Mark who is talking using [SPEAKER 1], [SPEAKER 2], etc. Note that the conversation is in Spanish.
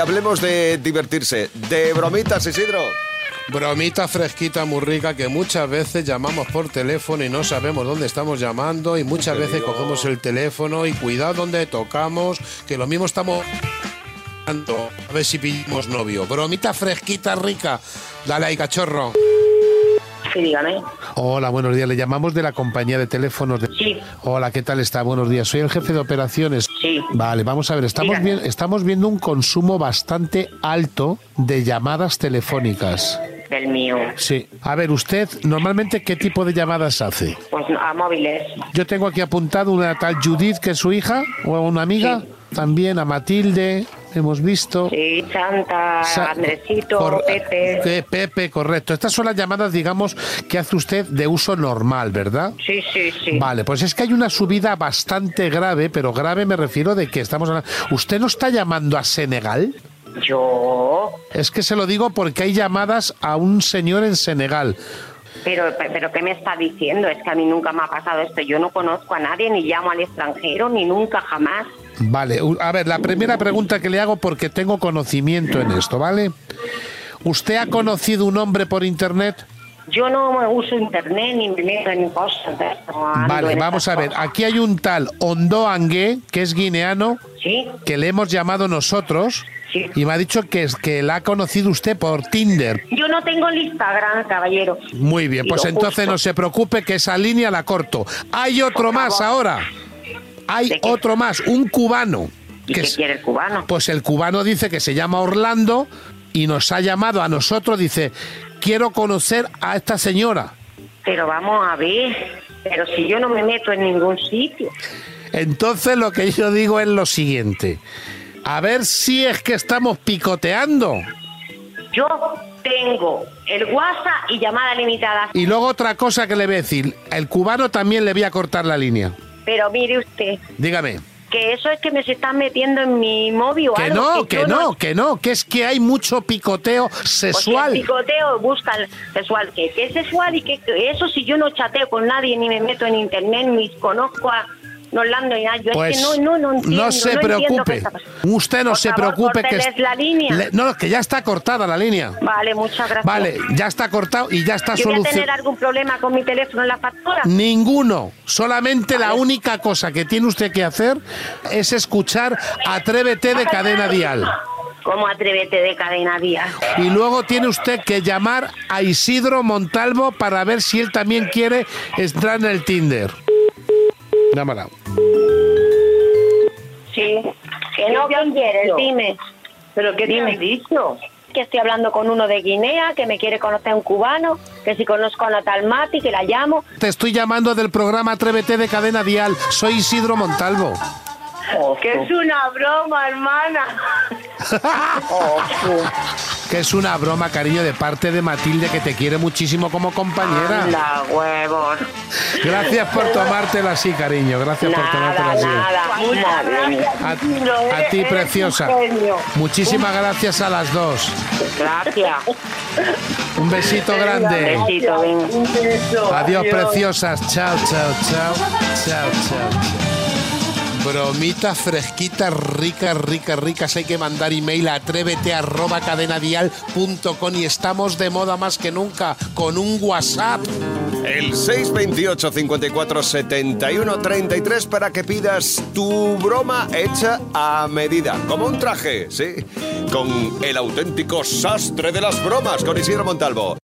[SPEAKER 1] Hablemos de divertirse, de bromitas, Isidro.
[SPEAKER 2] Bromita fresquita muy rica que muchas veces llamamos por teléfono y no sabemos dónde estamos llamando y muchas veces cogemos el teléfono y cuidado donde tocamos, que lo mismo estamos... A ver si pillamos novio. Bromita fresquita rica. Dale ahí, cachorro.
[SPEAKER 3] Sí, dígame.
[SPEAKER 4] Hola, buenos días. Le llamamos de la compañía de teléfonos. De...
[SPEAKER 3] Sí.
[SPEAKER 4] Hola, ¿qué tal está? Buenos días. Soy el jefe de operaciones.
[SPEAKER 3] Sí.
[SPEAKER 4] Vale, vamos a ver. Estamos,
[SPEAKER 3] Dígame.
[SPEAKER 4] vi- estamos viendo un consumo bastante alto de llamadas telefónicas.
[SPEAKER 3] Del mío.
[SPEAKER 4] Sí. A ver, usted normalmente qué tipo de llamadas hace.
[SPEAKER 3] Pues a móviles.
[SPEAKER 4] Yo tengo aquí apuntado una tal Judith, que es su hija, o una amiga. También a Matilde, hemos visto.
[SPEAKER 3] Sí, Santa,
[SPEAKER 4] Sa-
[SPEAKER 3] Andresito,
[SPEAKER 4] cor-
[SPEAKER 3] Pepe.
[SPEAKER 4] eh, Pepe, correcto. Estas son las llamadas, digamos, que hace usted de uso normal, ¿verdad?
[SPEAKER 3] Sí, sí, sí.
[SPEAKER 4] Vale, pues es que hay una subida bastante grave, pero grave me refiero de que estamos hablando... ¿Usted no está llamando a Senegal?
[SPEAKER 3] Yo.
[SPEAKER 4] Es que se lo digo porque hay llamadas a un señor en Senegal.
[SPEAKER 3] Pero, pero, ¿qué me está diciendo? Es que a mí nunca me ha pasado esto. Yo no conozco a nadie, ni llamo al extranjero, ni nunca jamás.
[SPEAKER 4] Vale, u- a ver, la primera pregunta que le hago porque tengo conocimiento en esto, ¿vale? ¿Usted ha conocido un hombre por internet?
[SPEAKER 3] Yo no uso internet, ni me meto en cosas. de esto, Ah, no ando
[SPEAKER 4] Vale,
[SPEAKER 3] en
[SPEAKER 4] vamos a
[SPEAKER 3] esas
[SPEAKER 4] ver.
[SPEAKER 3] cosas.
[SPEAKER 4] Aquí hay un tal Ondo Angue, que es guineano,
[SPEAKER 3] Sí,
[SPEAKER 4] que le hemos llamado nosotros
[SPEAKER 3] Sí.
[SPEAKER 4] y me ha dicho que, es- que la ha conocido usted por Tinder.
[SPEAKER 3] yo no tengo el Instagram, caballero.
[SPEAKER 4] Muy bien,
[SPEAKER 3] Y
[SPEAKER 4] pues
[SPEAKER 3] lo
[SPEAKER 4] entonces
[SPEAKER 3] justo.
[SPEAKER 4] no se preocupe que esa línea la corto. Hay otro
[SPEAKER 3] Por
[SPEAKER 4] más
[SPEAKER 3] favor.
[SPEAKER 4] ahora. Hay
[SPEAKER 3] ¿De qué?
[SPEAKER 4] otro más, un cubano.
[SPEAKER 3] ¿Y
[SPEAKER 4] que
[SPEAKER 3] qué
[SPEAKER 4] es-
[SPEAKER 3] quiere el cubano?
[SPEAKER 4] Pues el cubano dice que se llama Orlando y nos ha llamado a nosotros, dice, quiero conocer a esta señora.
[SPEAKER 3] Pero vamos a ver. Pero si yo no me meto en ningún sitio.
[SPEAKER 4] Entonces lo que yo digo es lo siguiente. A ver si es que estamos picoteando.
[SPEAKER 3] Yo tengo el WhatsApp y llamada limitada.
[SPEAKER 4] Y luego otra cosa que le voy a decir, el cubano también le voy a cortar la línea.
[SPEAKER 3] Pero mire usted,
[SPEAKER 4] Dígame.
[SPEAKER 3] que eso es que me se están metiendo en mi móvil o
[SPEAKER 4] Que
[SPEAKER 3] algo.
[SPEAKER 4] no, que
[SPEAKER 3] yo
[SPEAKER 4] no, que no, que es que hay mucho picoteo
[SPEAKER 3] Pues si el
[SPEAKER 4] sexual.
[SPEAKER 3] picoteo busca el sexual. ¿Qué, qué es sexual? Y que eso si yo no chateo con nadie, ni me meto en internet, ni conozco a no Orlando ni nada. Yo
[SPEAKER 4] Pues
[SPEAKER 3] es que no, no, no entiendo.
[SPEAKER 4] se
[SPEAKER 3] entiendo qué
[SPEAKER 4] preocupe.
[SPEAKER 3] está pasando.
[SPEAKER 4] Usted no
[SPEAKER 3] Por
[SPEAKER 4] se
[SPEAKER 3] favor,
[SPEAKER 4] preocupe que
[SPEAKER 3] córteles la línea.
[SPEAKER 4] Le- no, que ya está cortada la línea.
[SPEAKER 3] Vale, muchas gracias.
[SPEAKER 4] Vale, ya está cortado y ya está
[SPEAKER 3] ¿Yo voy a tener
[SPEAKER 4] solucionado.
[SPEAKER 3] algún problema con mi teléfono en la factura?
[SPEAKER 4] Ninguno. Solamente la única cosa que tiene usted que hacer es escuchar Atrévete de Cadena Dial.
[SPEAKER 3] ¿Cómo atrévete de cadena día?
[SPEAKER 4] Y luego tiene usted que llamar a Isidro Montalvo para ver si él también quiere entrar en el Tinder. Llámala.
[SPEAKER 3] Sí. Que no, ¿quién quieres? Dime. ¿Pero qué Dime. dicho? Que estoy hablando con uno de Guinea, que me quiere conocer un cubano, que si conozco a Natal Mati, que la llamo.
[SPEAKER 4] Te estoy llamando del programa Atrévete de Cadena Dial. Soy Isidro Montalvo.
[SPEAKER 3] Que es una broma, hermana.
[SPEAKER 4] Que es una broma, cariño, de parte de Matilde, que te quiere muchísimo como compañera.
[SPEAKER 3] Anda, huevos.
[SPEAKER 4] Gracias por tomártela así, cariño. Gracias por tomártela
[SPEAKER 3] Nada,
[SPEAKER 4] así.
[SPEAKER 3] nada. Muchas gracias.
[SPEAKER 4] A, a ti, preciosa. Muchísimas gracias a las dos.
[SPEAKER 3] Gracias.
[SPEAKER 4] Un besito grande.
[SPEAKER 3] Besito, venga.
[SPEAKER 4] Adiós, preciosas. Chao, chao, chao. Chao, chao.
[SPEAKER 2] Bromita fresquita, rica, rica, rica. Si hay que mandar email a atrévete arroba cadenadial.com y estamos de moda más que nunca con un WhatsApp.
[SPEAKER 1] El 628 54 71 33 para que pidas tu broma hecha a medida, como un traje, ¿sí? Con el auténtico sastre de las bromas, con Isidro Montalvo.